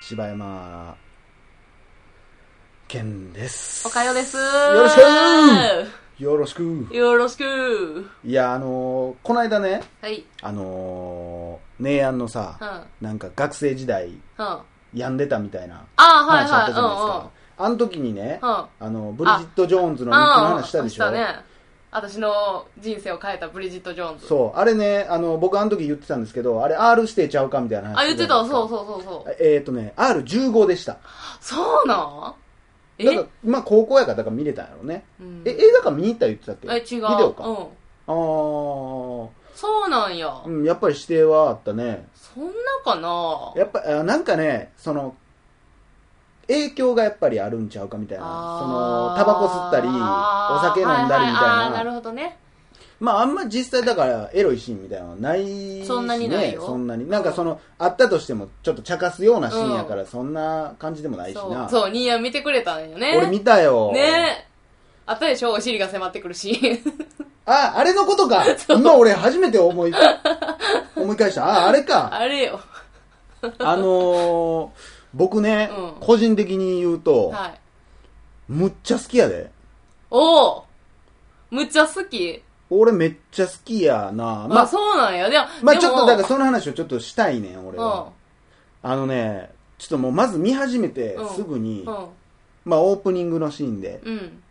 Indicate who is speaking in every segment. Speaker 1: 柴山健です。
Speaker 2: おかよです。よ
Speaker 1: ろしくよろしく。
Speaker 2: よろしく
Speaker 1: いや、あのーこの間ね、
Speaker 2: はい。うん。
Speaker 1: あのー、姉やんのさ、
Speaker 2: うん。
Speaker 1: なんか学生時代、
Speaker 2: あ
Speaker 1: 病んでたみたいな
Speaker 2: あ、はい
Speaker 1: 話あっ
Speaker 2: は
Speaker 1: た
Speaker 2: い。う
Speaker 1: じゃないです
Speaker 2: ん
Speaker 1: か。あの時にね、
Speaker 2: うん。うん。
Speaker 1: あの、ブリジット・ジョーンズの日記の話したでしょ
Speaker 2: うん。ね。私の人生を変えたブリジット・ジョーンズ。
Speaker 1: そう、あれね、あの、僕あの時言ってたんですけど、あれ R してちゃうかみたいな話。
Speaker 2: あ、言ってた。そうそうそうそう。
Speaker 1: う。えっ、とね、R15 でした。
Speaker 2: そうなんえ
Speaker 1: だから、まあ高校やから、だから見れたんやろうね。
Speaker 2: うん
Speaker 1: え、映画館見に行った言ってたっけ
Speaker 2: え、違う。
Speaker 1: ビデオか。
Speaker 2: うん。
Speaker 1: あ
Speaker 2: そうなんや。
Speaker 1: あ、うん、やっぱり指定はあったね。
Speaker 2: そんなかな
Speaker 1: やっぱ、あなんかね、その、影響がやっぱりあるんちゃうかみたいな。その、
Speaker 2: あー
Speaker 1: タバコ吸ったり、
Speaker 2: あー
Speaker 1: お酒飲んだりみたい
Speaker 2: はは
Speaker 1: な。
Speaker 2: あーなるほどね。
Speaker 1: まああんま実際だから、エロいシーンみたいなのはないし、ね。
Speaker 2: そんなにないよ
Speaker 1: そんなに。なんかその、あったとしても、ちょっと茶化すようなシーンやから、そんな感じでもないし
Speaker 2: そ
Speaker 1: な。
Speaker 2: う、そう、ニーヤン見てくれたんよね。
Speaker 1: 俺見たよ。
Speaker 2: ねあったでしょお尻が迫ってくるシーン。
Speaker 1: あ、あれのこと か。今俺初めて思い、思い返した。あ、あれか。
Speaker 2: あれよ。
Speaker 1: あのー僕ね、
Speaker 2: うん
Speaker 1: 個人的に言うと、
Speaker 2: はい。
Speaker 1: むっちゃ好きやで。
Speaker 2: おおむっちゃ好き、
Speaker 1: 俺めっちゃ好きやな。ま
Speaker 2: まあ、
Speaker 1: あ、
Speaker 2: そうなんや。でも、
Speaker 1: まあ
Speaker 2: で
Speaker 1: ち
Speaker 2: も
Speaker 1: ょっとだからその話をちょっとしたいねん、俺は。
Speaker 2: う
Speaker 1: あのね、ちょっともうまず見始めて
Speaker 2: うん
Speaker 1: すぐに、
Speaker 2: ん。
Speaker 1: まあオープニングのシーンで、
Speaker 2: うん。うん。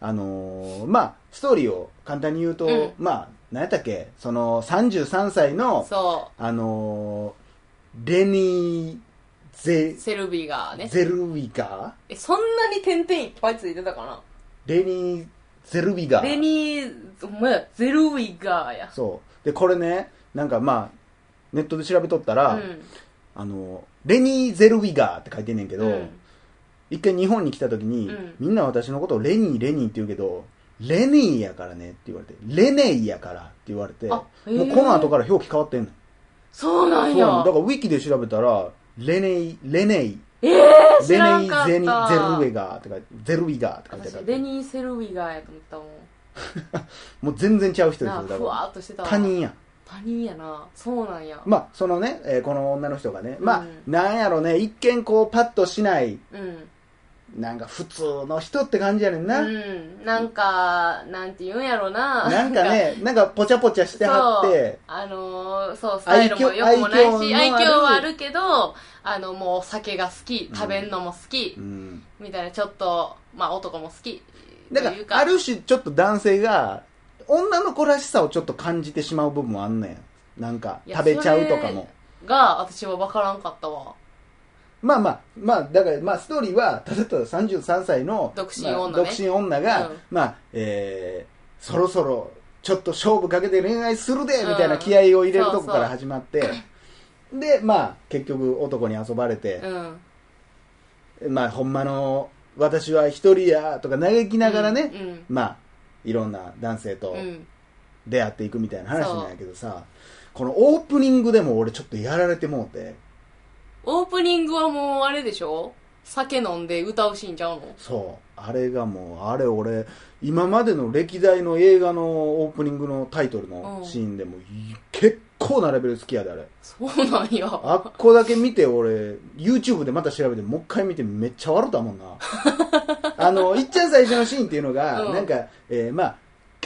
Speaker 1: あのーまあストーリーを簡単に言うと、
Speaker 2: うん
Speaker 1: まあ、何やったっけ、その33歳の、
Speaker 2: そ
Speaker 1: あのーレニー・ゼ
Speaker 2: う。、セルビーがね。
Speaker 1: ゼルウィガ
Speaker 2: え、そんなに点々いっぱいついてたか
Speaker 1: ーレニー・ゼルウィ
Speaker 2: な
Speaker 1: ガー。
Speaker 2: レニー、お前、ゼルウィガーや。
Speaker 1: そう。で、これね、なんかまあ、ネットで調べとったら、
Speaker 2: うん。
Speaker 1: あの、レニー・ゼルウィガーって書いてんねんけど、
Speaker 2: うん
Speaker 1: 一回日本に来た時に、
Speaker 2: うん
Speaker 1: みんな私のことをレニー、レニーって言うけど、レネイやからねって言われて、レネイやからって言われて、
Speaker 2: あ
Speaker 1: も
Speaker 2: へ
Speaker 1: う
Speaker 2: ー
Speaker 1: この後から表記変わってんの。
Speaker 2: そうな
Speaker 1: そ
Speaker 2: ん
Speaker 1: うなの。だ
Speaker 2: や
Speaker 1: か。らウィキで調べたら、レネイ、レネイ、
Speaker 2: えー、知
Speaker 1: レ
Speaker 2: ら
Speaker 1: ネ
Speaker 2: ん
Speaker 1: イ・
Speaker 2: かった。
Speaker 1: ゼニ、ゼルウィガーって書いて、ゼルウィガーって書いてあ
Speaker 2: 私、
Speaker 1: る
Speaker 2: レニー・セルウィガーやと思ったもん。
Speaker 1: もう全然ちゃう人です
Speaker 2: な
Speaker 1: よ、
Speaker 2: あ、
Speaker 1: だ
Speaker 2: ふ
Speaker 1: か
Speaker 2: わーっとしてた
Speaker 1: ら。
Speaker 2: わ
Speaker 1: 他。人やん。
Speaker 2: 他人やな。そうなんや。
Speaker 1: まあ、そのね、えーこの女の人がね、まあ、
Speaker 2: うん
Speaker 1: なんやろね、一見こう、パッとしない、
Speaker 2: うん。
Speaker 1: なんか普通の人って感じやねんな。
Speaker 2: うん。なんか、なんて言うんやろな。
Speaker 1: なんかね、なんかぽちゃぽちゃしてはって、
Speaker 2: そうあのーそうスタイルも良くもないし
Speaker 1: 愛
Speaker 2: 愛
Speaker 1: 嬌の
Speaker 2: 嬌
Speaker 1: ある
Speaker 2: はあるけどあのもうお酒が好き食べんのも好き、
Speaker 1: うん。
Speaker 2: みたいなちょっとまあ男も好き
Speaker 1: だか
Speaker 2: という
Speaker 1: ら、ある種ちょっと男性が、女の子らしさをちょっと感じてしまう部分もあんねん。なんか、
Speaker 2: いや
Speaker 1: 食べちゃうとか
Speaker 2: そ
Speaker 1: も。
Speaker 2: れが私は分からんかったわ
Speaker 1: まあまあ、まあ、だから、まあ、ストーリーは、ただただ33歳の、
Speaker 2: 独身女ね
Speaker 1: まあ独身女が、
Speaker 2: うん
Speaker 1: まあ、えー、そろそろ、ちょっと勝負かけて恋愛するで、
Speaker 2: うん
Speaker 1: みたいな気合を入れる
Speaker 2: そうそ
Speaker 1: と
Speaker 2: う
Speaker 1: こから始まって、で、まあ、結局、男に遊ばれて
Speaker 2: う、ん
Speaker 1: まあ、ほんまの、私は一人や、とか嘆きながらね、
Speaker 2: うん
Speaker 1: まあ、いろんな男性と
Speaker 2: うん、うん
Speaker 1: 出会っていくみたいな話なんやけどさ、このオープニングでも俺ちょっとやられてもうて、
Speaker 2: オープニングはもうあれでしょ酒飲んで歌うシーンちゃうの
Speaker 1: そう、あれがもう、あれ俺、今までの歴代の映画のオープニングのタイトルの
Speaker 2: うん
Speaker 1: シーンでも、い結構なレベル好きやで、あれ。
Speaker 2: そうなんや
Speaker 1: あっこだけ見て俺、YouTube でまた調べて、もう一回見てめっちゃ笑ったも んな。あの、いっちゃん最初のシーンっていうのが、
Speaker 2: うん
Speaker 1: なんか、えーまあ、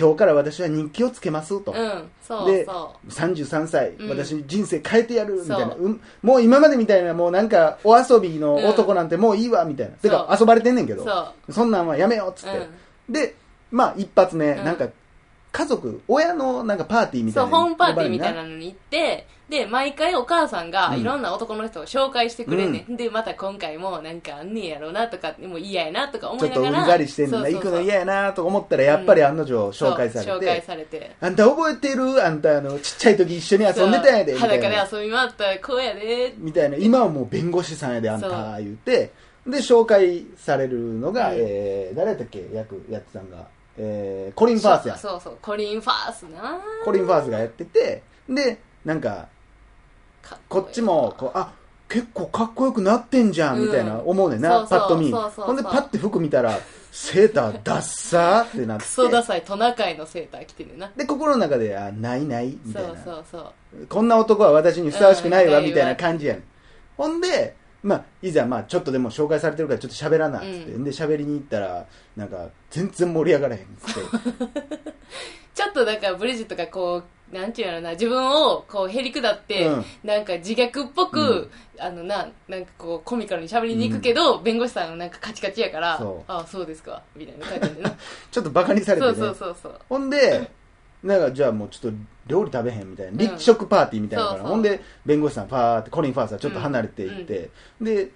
Speaker 1: 今日から私は日記をつけますと。
Speaker 2: うんそう
Speaker 1: で
Speaker 2: そ
Speaker 1: 33歳、
Speaker 2: うん
Speaker 1: 私人生変えてやるみたいな
Speaker 2: そう
Speaker 1: うんもう今までみたいなもうなんかお遊びの男なんてもういいわみたいな、てか遊ばれてんねんけ
Speaker 2: う
Speaker 1: ど
Speaker 2: そ
Speaker 1: そんなんはやめようっつっ
Speaker 2: うう
Speaker 1: て、
Speaker 2: ん
Speaker 1: でまあ一発目、
Speaker 2: うん
Speaker 1: なんか家族親のなんかパーティーみたい
Speaker 2: そう、
Speaker 1: な
Speaker 2: ホームパーティーみたい
Speaker 1: な
Speaker 2: なのに行って、で、毎回お母さんが
Speaker 1: うん
Speaker 2: いろんな男の人を紹介してくれんね、ん。で、また今回もなんかあんねやろなとか、もう嫌やなとか思
Speaker 1: ちょ
Speaker 2: い
Speaker 1: っ
Speaker 2: なが
Speaker 1: と
Speaker 2: ら。
Speaker 1: うんざりしてんの
Speaker 2: そう
Speaker 1: な
Speaker 2: そうそ
Speaker 1: 行
Speaker 2: う
Speaker 1: くの嫌やなとか思ったらやっぱり案の定
Speaker 2: そう
Speaker 1: 紹介され
Speaker 2: 紹
Speaker 1: て、
Speaker 2: 介されて。
Speaker 1: あんた覚えてるあんたあのちっちゃい時一緒に遊んでたんやでみ
Speaker 2: そう
Speaker 1: たい
Speaker 2: 裸
Speaker 1: な
Speaker 2: で遊び回った子やで。
Speaker 1: みたいな、今はもう弁護士さんやで、あんた、
Speaker 2: そ
Speaker 1: 言って、で、紹介されるのが、
Speaker 2: うん
Speaker 1: えー、誰だっけ、役、やってたんが、えー、コリン・ファースや。
Speaker 2: そうそう、コリン・ファースな
Speaker 1: コリン・ファースがやってて、で、なんか、
Speaker 2: か
Speaker 1: こ
Speaker 2: いい
Speaker 1: っちも、こう、あ、結構かっこよくなってんじゃん、
Speaker 2: うん
Speaker 1: みたいな思うねんな、
Speaker 2: そう
Speaker 1: パ
Speaker 2: そ
Speaker 1: ッと
Speaker 2: う
Speaker 1: 見。
Speaker 2: そうそうそう
Speaker 1: ほんで、パッて服見たら、セーターダッサーってなって
Speaker 2: クソダサいトナカイのセーター着てんねんな
Speaker 1: で心の中であないないみ
Speaker 2: そ
Speaker 1: たいな
Speaker 2: うそうそう
Speaker 1: こんな男は私にふさわしくないわ
Speaker 2: うん
Speaker 1: みたいな感じやんほんでまあ、いざ、まあ、ちょっとでも紹介されてるからちょっと喋らなっつって、、
Speaker 2: うん
Speaker 1: で喋りに行ったらなんか全然盛り上がらへんっつっ て
Speaker 2: ちょっとだからブリジットがこうなんていうのかな自分をこうへりくだって、
Speaker 1: うん
Speaker 2: なんか自虐っぽく、あのななんかこうコミカルに喋りに行くけど、弁護士さんなんかカチカチやから
Speaker 1: そう
Speaker 2: ああそうですかみたいな感じでな
Speaker 1: ちょっとバカにされて
Speaker 2: そ
Speaker 1: ね
Speaker 2: うそうそうそう
Speaker 1: ほんで、なんかじゃあもうちょっと料理食べへんみたいな、立食パーティーみたいなのから、
Speaker 2: そうそう
Speaker 1: ほんで、弁護士さん、パーって、コリン・ファースはちょっと離れていって、で、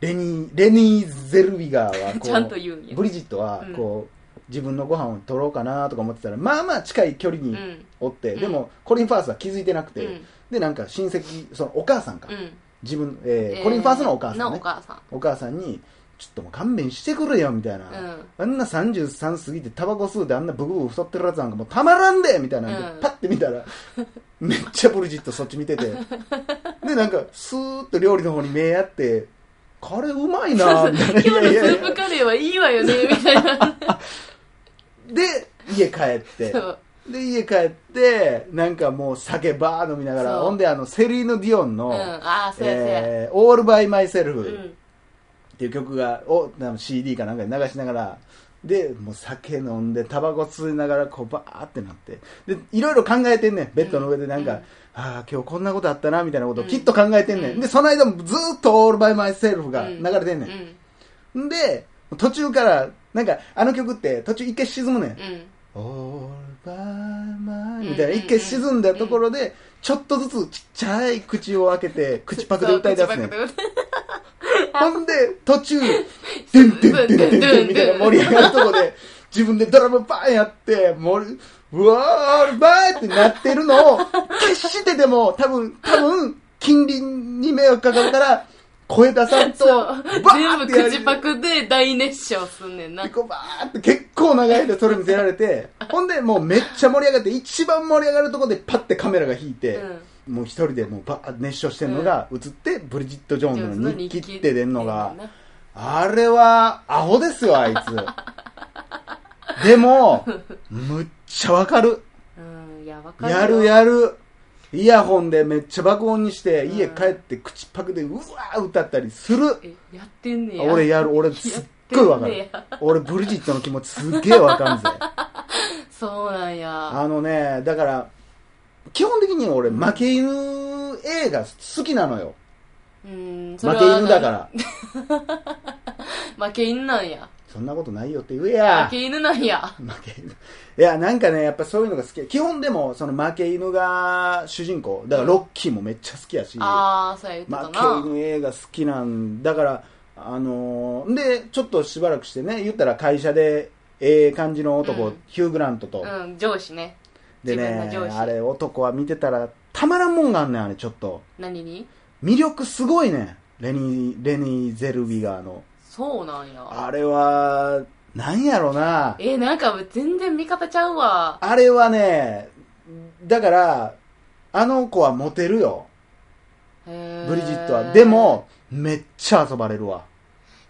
Speaker 1: レニー、レニー・ゼルビガーはこう、
Speaker 2: ちゃんと言うんや
Speaker 1: ブリジットは
Speaker 2: うん
Speaker 1: こう、自分のご飯を取ろうかなとか思ってたら、まあまあ近い距離
Speaker 2: う
Speaker 1: に
Speaker 2: ん
Speaker 1: おって、
Speaker 2: うん
Speaker 1: でも、コリン・ファースは気づいてなくて、
Speaker 2: うん
Speaker 1: で、なんか親戚、そのお母さんか、
Speaker 2: うん
Speaker 1: 自分、えー
Speaker 2: え
Speaker 1: コリン・ファースのお母さん
Speaker 2: のお
Speaker 1: ね、
Speaker 2: 母さん
Speaker 1: お母さんに、ちょっともう勘弁してくれよみたいな、
Speaker 2: うん
Speaker 1: あんな33過ぎてタバコ吸うであんなブクブク太ってるやつなんかもうたまらんでみたいなんで、
Speaker 2: うん
Speaker 1: パッて見た らめっちゃブリジットそっち見ててでなんかスーッと料理の方に目やってカレーうまい なみたいな
Speaker 2: 今日のス
Speaker 1: いやいや
Speaker 2: ー
Speaker 1: いや
Speaker 2: プカレーはいいわよねみたいな
Speaker 1: で家帰って
Speaker 2: そう
Speaker 1: で家帰ってなんかもう酒バー飲みながら
Speaker 2: そう
Speaker 1: ほんであのセリーヌ・ディオンの、
Speaker 2: うんああそうやそうや、
Speaker 1: えーオールバイマイセルフ」
Speaker 2: うん
Speaker 1: っていう曲がを多分 CD かなんかで流しながらでもう酒飲んでタバコ吸いながらこうバーってなってでいろいろ考えてんねんベッドの上でなんか、
Speaker 2: うん
Speaker 1: ああ今日こんなことあったなみたいなことを
Speaker 2: うん
Speaker 1: きっと考えてんねん、
Speaker 2: うん
Speaker 1: でその間もずーっと「オールバイマイセルフが
Speaker 2: うん
Speaker 1: 流れてん
Speaker 2: う
Speaker 1: ねん、
Speaker 2: ん
Speaker 1: ん、で途中からなんかあの曲って途中一回沈むねん
Speaker 2: うん
Speaker 1: 「オールバイマイ」み
Speaker 2: う
Speaker 1: たい
Speaker 2: ん
Speaker 1: な一回沈んだところでちょっとずつちっちゃい口を開けて口パクで歌い出すねん
Speaker 2: そう口パクで歌い
Speaker 1: ほんで、途 中、ドゥンドゥンドゥンドゥンみたいな盛り上がるとこで、自分でドラムバーンやって、盛り、うわー、バーってなってるのを、決してでも、多分、多分、近隣に迷惑かかるから、声出さんと、
Speaker 2: そう
Speaker 1: バー
Speaker 2: 全
Speaker 1: っ
Speaker 2: 部
Speaker 1: てやる
Speaker 2: 口パクで大熱唱すんねんな
Speaker 1: でこうバーって結構長い間それ見せられて、ほんで、もうめっちゃ盛り上がって、一番盛り上がるとこでパッてカメラが引いて、もう一人でもうバーって熱唱してるのが映って、ブリジット・ジョーンズの日記って出んのが、あれは、アホですよ、あいつ。 でも、むっちゃわかる。
Speaker 2: うんいやわかる
Speaker 1: やるやる。イヤホンでめっちゃ爆音にして、
Speaker 2: うん
Speaker 1: 家帰って口パクでうわー歌ったりする。
Speaker 2: えやってんねや
Speaker 1: 俺
Speaker 2: や
Speaker 1: やる、俺す
Speaker 2: っ
Speaker 1: っごいわか
Speaker 2: て
Speaker 1: る
Speaker 2: んね。や
Speaker 1: 俺ブリジットの気持ちすっげえわかん ぜ。
Speaker 2: そうなんや
Speaker 1: あのね、だから、基本的に俺負け犬映画好きなのよ。
Speaker 2: うんそれ
Speaker 1: 負
Speaker 2: は
Speaker 1: け犬だから。
Speaker 2: ら負け犬なんや
Speaker 1: そんなことないよって言えや
Speaker 2: 負。け犬なんや
Speaker 1: 負け犬いやなんかねやっぱそういうのが好き基本でもその負け犬が主人公だからロッキーもめっちゃ好きやし負
Speaker 2: ああそうや言ってた
Speaker 1: け
Speaker 2: な
Speaker 1: 犬映画好きなんだからあのーでちょっとしばらくしてね言ったら会社でええ感じの男、
Speaker 2: うん
Speaker 1: ヒュー・グラントと、
Speaker 2: うん上司ね
Speaker 1: でね
Speaker 2: 自分の上司
Speaker 1: あれ男は見てたらたまらんもんがあんねんあれちょっと
Speaker 2: 何に
Speaker 1: 魅力すごいねんレニー・レニーゼルビガーの
Speaker 2: そうなんや
Speaker 1: あれはなんやろな
Speaker 2: えなんか全然味方ちゃうわ
Speaker 1: あれはね、だから、あの子はモテるよ、ブ
Speaker 2: ブ
Speaker 1: リジットは。でも、めっちゃ遊ばれるわ。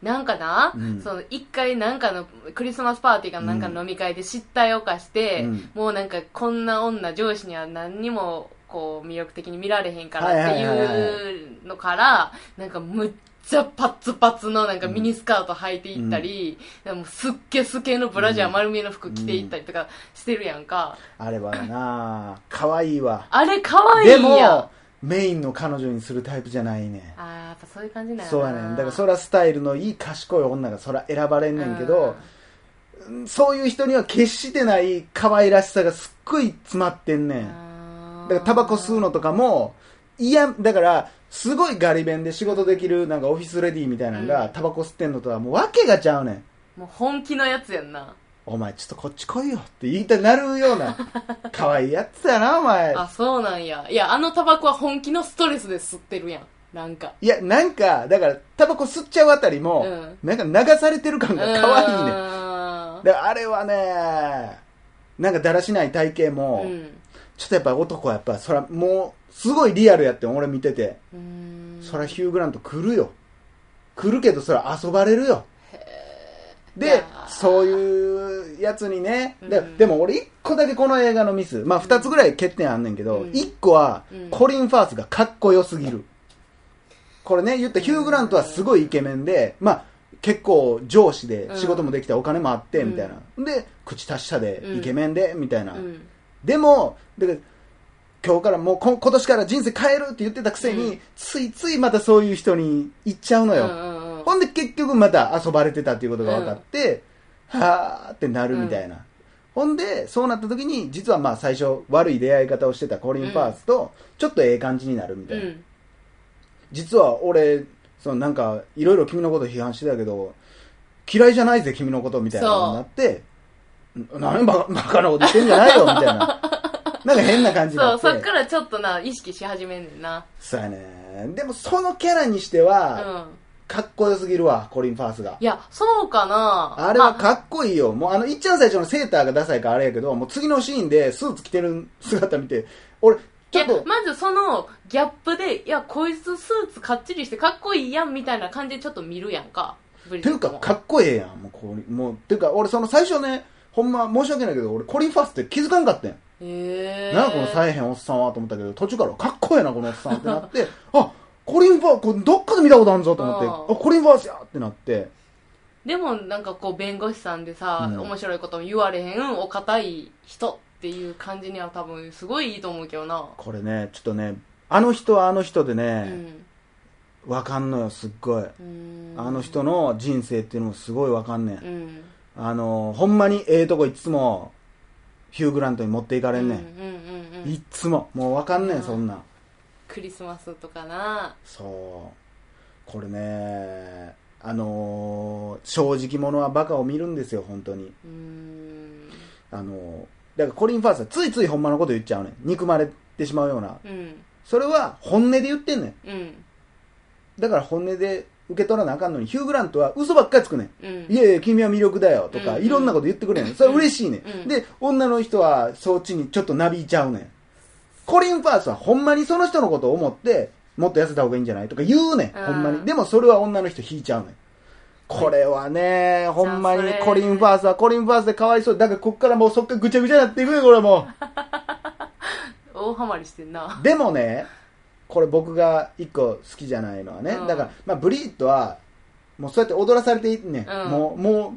Speaker 2: なんかな、
Speaker 1: うん
Speaker 2: その一回なんかのクリスマスパーティーかなんかの飲み会で失態を犯して、
Speaker 1: うん
Speaker 2: もうなんかこんな女上司には何にもこう魅力的に見られへんからって
Speaker 1: はいはいはい
Speaker 2: いうのから、なんかむっちゃパツパツのなんかミニスカート履いていったり、でもすっげすけのブラジャー丸見えの服着ていったりとかしてるやんか。
Speaker 1: あれはな、可愛いわ。
Speaker 2: あれかわいいや
Speaker 1: で
Speaker 2: ん。
Speaker 1: も、メインの彼女にするタイプじゃないね
Speaker 2: あ。ーやっぱそういう感じなんやな
Speaker 1: そうやねん。だから、そらスタイルのいい賢い女がそら選ばれんねんけど、そういう人には決してない可愛らしさがすっごい詰まってんね。
Speaker 2: うんん、
Speaker 1: だからタバコ吸うのとかも、いや、だから、すごいガリ弁で仕事できる、なんかオフィスレディみたいなのが、
Speaker 2: うん
Speaker 1: タバコ吸ってんのとはもう訳がちゃうねん。
Speaker 2: もう本気のやつやんな。
Speaker 1: お前ちょっとこっち来いよって言いたくなるよう な、可愛いやつやな、お前。
Speaker 2: あ、そうなんや。いや、あのタバコは本気のストレスで吸ってるやん。なんか。
Speaker 1: いや、なんか、だから、タバコ吸っちゃうあたりも、
Speaker 2: う
Speaker 1: なんか流されてる感が可愛いねん。
Speaker 2: ね。
Speaker 1: だからあれはね、なんかだらしない体型も、
Speaker 2: うん
Speaker 1: ちょっとやっぱ男はやっぱ、そら、もう、すごいリアルやってん俺見てて。
Speaker 2: うーん。
Speaker 1: そらヒュー・グラント来るよ来るけどそら遊ばれるよ
Speaker 2: い
Speaker 1: で
Speaker 2: やー
Speaker 1: そういうやつにねで,、
Speaker 2: うん
Speaker 1: でも俺1個だけこの映画のミスまあ2つぐらい欠点あんねんけど、
Speaker 2: うん
Speaker 1: 1個は
Speaker 2: うん
Speaker 1: コリン・ファースがかっこよすぎるこれね言ったヒュー・グラントはすごいイケメンで、まあ結構上司で仕事もできたお金もあって
Speaker 2: うん
Speaker 1: みたいな、で口達者で
Speaker 2: うん
Speaker 1: イケメンでみたいな、
Speaker 2: うん
Speaker 1: でもで今日からもうこ今年から人生変えるって言ってたくせに、
Speaker 2: うん
Speaker 1: ついついまたそういう人に行っちゃうのよ、
Speaker 2: うんうん
Speaker 1: ほんで結局また遊ばれてたっていうことが分かって、はーってなるみたいな、ほんでそうなった時に実はまあ最初悪い出会い方をしてたコリン・ファースとちょっとええ感じになるみた
Speaker 2: う
Speaker 1: いな、
Speaker 2: ん
Speaker 1: 実は俺そのなんかいろいろ君のこと批判してたけど嫌いじゃないぜ君のことみたいなことになってん何バカバカなこと言ってんじゃ ないよみたいななんか変な感じに
Speaker 2: そ
Speaker 1: な
Speaker 2: う
Speaker 1: って
Speaker 2: そっからちょっとな意識し始めんねんな
Speaker 1: そうやねでもそのキャラにして
Speaker 2: う
Speaker 1: は、
Speaker 2: ん
Speaker 1: かっこよすぎるわコリン・ファースが
Speaker 2: いやそうかな
Speaker 1: あれは
Speaker 2: ま
Speaker 1: かっこいいよ。もうあの、いっちゃん最初のセーターがダサいからあれやけど、もう次のシーンでスーツ着てる姿見て、俺、ちょっ
Speaker 2: いや
Speaker 1: と、
Speaker 2: まずそのギャップでいやこいつスーツかっちりしてかっこいいやんみたいな感じでちょっと見るやんかブリ
Speaker 1: てい
Speaker 2: ジッ
Speaker 1: う
Speaker 2: ト
Speaker 1: か、
Speaker 2: も
Speaker 1: かっこええやん。もうこう、もう、ていうか、俺その最初ね、ほんま申し訳ないけど、俺コリンファースって気づかんかったん。
Speaker 2: へえ
Speaker 1: なんやこのさえへんおっさんはと思ったけど、途中からかっこええな、このおっさんってなって、 あ、コリンファー、これどっかで見たことあるぞと思って、
Speaker 2: う
Speaker 1: あ
Speaker 2: ん
Speaker 1: コリンファースやってなって、
Speaker 2: でもなんかこう弁護士さんでさ、
Speaker 1: うん
Speaker 2: 面白いことも言われへんお堅い人っていう感じには多分すごいいいと思うけどな、
Speaker 1: これね、ちょっとね、あの人はあの人で
Speaker 2: う
Speaker 1: ね、
Speaker 2: ん
Speaker 1: わ、かんのよ、すっごい。
Speaker 2: うん
Speaker 1: あの人の人生っていうのもすごいわかんねん
Speaker 2: うん
Speaker 1: あのほんまにええとこいつもヒュー・グラントに持っていかれんね
Speaker 2: うん
Speaker 1: ん、
Speaker 2: うんうんう
Speaker 1: い
Speaker 2: ん
Speaker 1: っつももうわかんねん、
Speaker 2: うん
Speaker 1: そんなん
Speaker 2: クリスマスとかな
Speaker 1: そうこれねあのー正直者はバカを見るんですよ本当に
Speaker 2: うん
Speaker 1: あのーだからコリン・ファースはついついほんまのこと言っちゃうねん憎まれてしまうような
Speaker 2: うん
Speaker 1: それは本音で言ってんねん
Speaker 2: うん
Speaker 1: だから本音で受け取らなあかんのにヒュー・グラントは嘘ばっかりつくねん
Speaker 2: うん
Speaker 1: いやいや、君は魅力だよとか、
Speaker 2: うん
Speaker 1: いろんなこと言ってくれんねん。それ嬉しいね
Speaker 2: うんうん
Speaker 1: ん。で、女の人はそっちにちょっとなびいちゃうねん。コリン・ファースはほんまにその人のことを思って、もっと痩せた方がいいんじゃないとか言うねん。
Speaker 2: うん
Speaker 1: ほんまに。でもそれは女の人引いちゃうねん。これはね、ほんまに
Speaker 2: じゃあそれ
Speaker 1: コリン・ファースはコリン・ファースでかわいそう。だからこっからもうそっからぐちゃぐちゃになっていくよ、これも
Speaker 2: 大ハマりしてんな
Speaker 1: う。でもね、これ僕が一個好きじゃないのはね。
Speaker 2: うん
Speaker 1: だから、まあブリジットは、もうそうやって踊らされていいねん。
Speaker 2: うん
Speaker 1: もう、も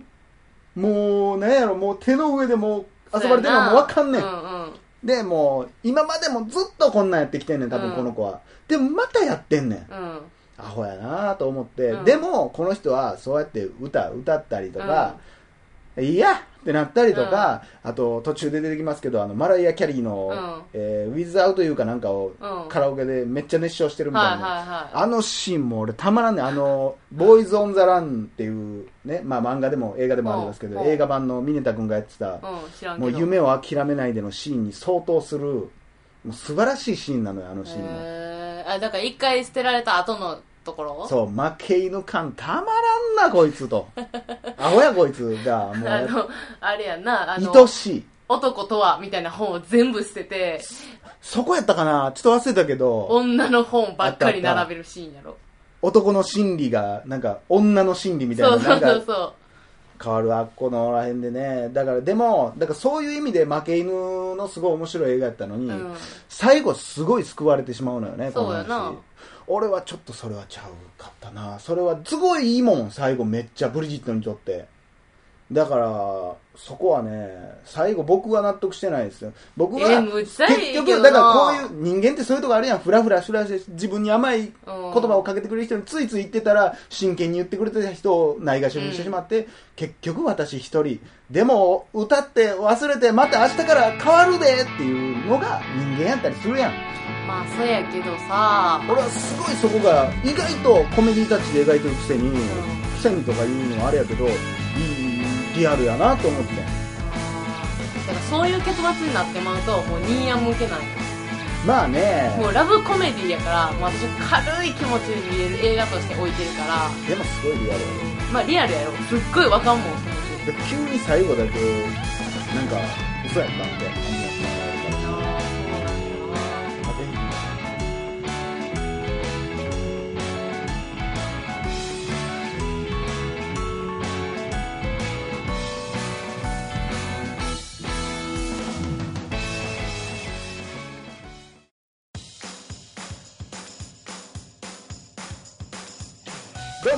Speaker 1: う、もう、なんやろ、もう手の上でもう 遊ばれてるのはもうわかんねん。
Speaker 2: そうやなうんうん
Speaker 1: で、もう、今までもずっとこんなんやってきてんねん、多
Speaker 2: う
Speaker 1: 分
Speaker 2: ん
Speaker 1: この子は。でも、またやってんねん。
Speaker 2: うん
Speaker 1: アホやなと思って。
Speaker 2: うん
Speaker 1: でも、この人は、そうやって歌、歌ったりとか、いやってなったりとか、あと、途中で出てきますけど、あの、マライア・キャリーの、
Speaker 2: うん
Speaker 1: えーウィズ・アウトいうかなんかを、
Speaker 2: うん
Speaker 1: カラオケでめっちゃ熱唱してるみたいな。
Speaker 2: はいはいはい
Speaker 1: あのシーンも俺たまらんねんあの、ボーイズ・オン・ザ・ランっていうね、まあ漫画でも映画でもあるんですけ
Speaker 2: う
Speaker 1: ど、
Speaker 2: ん
Speaker 1: 映画版のミネタ君がやってた、
Speaker 2: うん、知らんけ
Speaker 1: も
Speaker 2: ど。
Speaker 1: う夢を諦めないでのシーンに相当する、もう素晴らしいシーンなのよ、あのシーンは。
Speaker 2: へーあ、だから一回捨てられた後のところ
Speaker 1: そう、負け犬感たまらんな、こいつと。アホやこいつが、も
Speaker 2: あ
Speaker 1: う、
Speaker 2: の、あれやんな、あの、
Speaker 1: 愛しい。
Speaker 2: 男とはみたいな本を全部捨てて、
Speaker 1: そこやったかなちょっと忘れたけど、
Speaker 2: 女の本ばっかり並べるシーンやろ。
Speaker 1: 男の心理が、なんか、女の心理みたい
Speaker 2: そ
Speaker 1: な、
Speaker 2: うそ
Speaker 1: な
Speaker 2: うんそう
Speaker 1: か
Speaker 2: そ
Speaker 1: 変わるあっこのらへんでねだからでもだからそういう意味で負け犬のすごい面白い映画やったのに、
Speaker 2: う。うん。
Speaker 1: 最後すごい救われてしまうのよね
Speaker 2: そうやな
Speaker 1: この話俺はちょっとそれはちゃうかったなそれはすごいいいもん最後めっちゃブリジットにとってだからそこはね最後僕は納得してないですよ僕は、
Speaker 2: えむっちゃい
Speaker 1: 結
Speaker 2: いけどな
Speaker 1: 局だからこういう人間ってそういうとこあるやんフラフラフラして自分に甘い言葉をかけてくれる人についつい言ってたら真剣に言ってくれてた人をないがしろにしてしまって、結局私一人でも歌って忘れてまた明日から変わるでっていうのが人間やったりするやん
Speaker 2: まあ、そうやけどさ、
Speaker 1: 俺はすごいそこが意外とコメディタッチで描いてるくせにくせにとかいうのはあれやけどいいリアルやなと思って
Speaker 2: だからそういう結末になってまうと、もうニーヤン向けない。
Speaker 1: まあね
Speaker 2: もうラブコメディやから、もう私軽い気持ちで見れる映画として置いてるから、
Speaker 1: でもすごいリアルやろ
Speaker 2: まあリアルやろ。すっごいわかんもん、その気持ち
Speaker 1: で急に最後だけなんか嘘やったみたいな感じになってもらえるからまあぜひ
Speaker 2: 「
Speaker 1: どう